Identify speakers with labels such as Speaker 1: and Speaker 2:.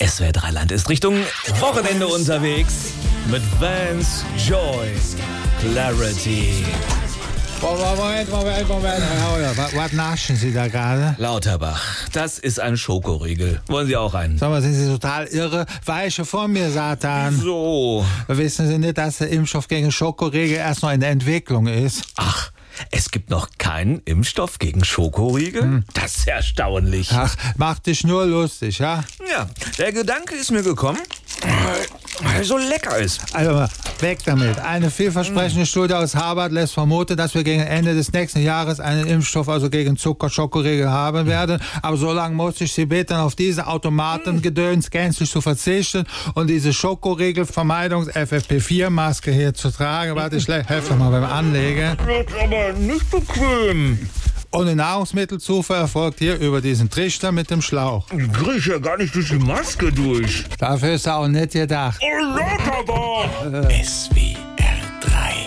Speaker 1: SWR 3 Land ist Richtung Wochenende unterwegs mit Vance Joy Clarity.
Speaker 2: Oh, Moment, Moment, Moment. Was, was naschen Sie da gerade?
Speaker 1: Lauterbach, das ist ein Schokoriegel. Wollen Sie auch einen?
Speaker 2: Sag mal, sind Sie total irre? Weiche vor mir, Satan.
Speaker 1: So.
Speaker 2: Wissen Sie nicht, dass der Impfstoff gegen Schokoriegel erst noch in der Entwicklung ist?
Speaker 1: Ach, es gibt noch keinen Impfstoff gegen Schokoriegel?
Speaker 3: Hm.
Speaker 1: Das ist erstaunlich.
Speaker 2: Ach, mach dich nur lustig, ja?
Speaker 1: Ja, der Gedanke ist mir gekommen, weil er so lecker ist.
Speaker 2: Also mal, weg damit. Eine vielversprechende Studie aus Harvard lässt vermuten, dass wir gegen Ende des nächsten Jahres einen Impfstoff, also gegen Zucker, Schokoriegel haben werden. Aber so lange muss ich Sie bitten, auf diese Automatengedöns gänzlich zu verzichten und diese Schokoriegel Vermeidungs FFP4-Maske hier zu tragen. Warte, ich le- helfe doch mal beim Anlegen.
Speaker 1: Wird aber nicht bequem.
Speaker 2: Ohne Nahrungsmittelzufuhr erfolgt hier über diesen Trichter mit dem Schlauch.
Speaker 3: Ich krieg ja gar nicht durch die Maske durch.
Speaker 2: Dafür ist er auch nicht gedacht.
Speaker 3: Oh, Lauterbach!
Speaker 1: SWR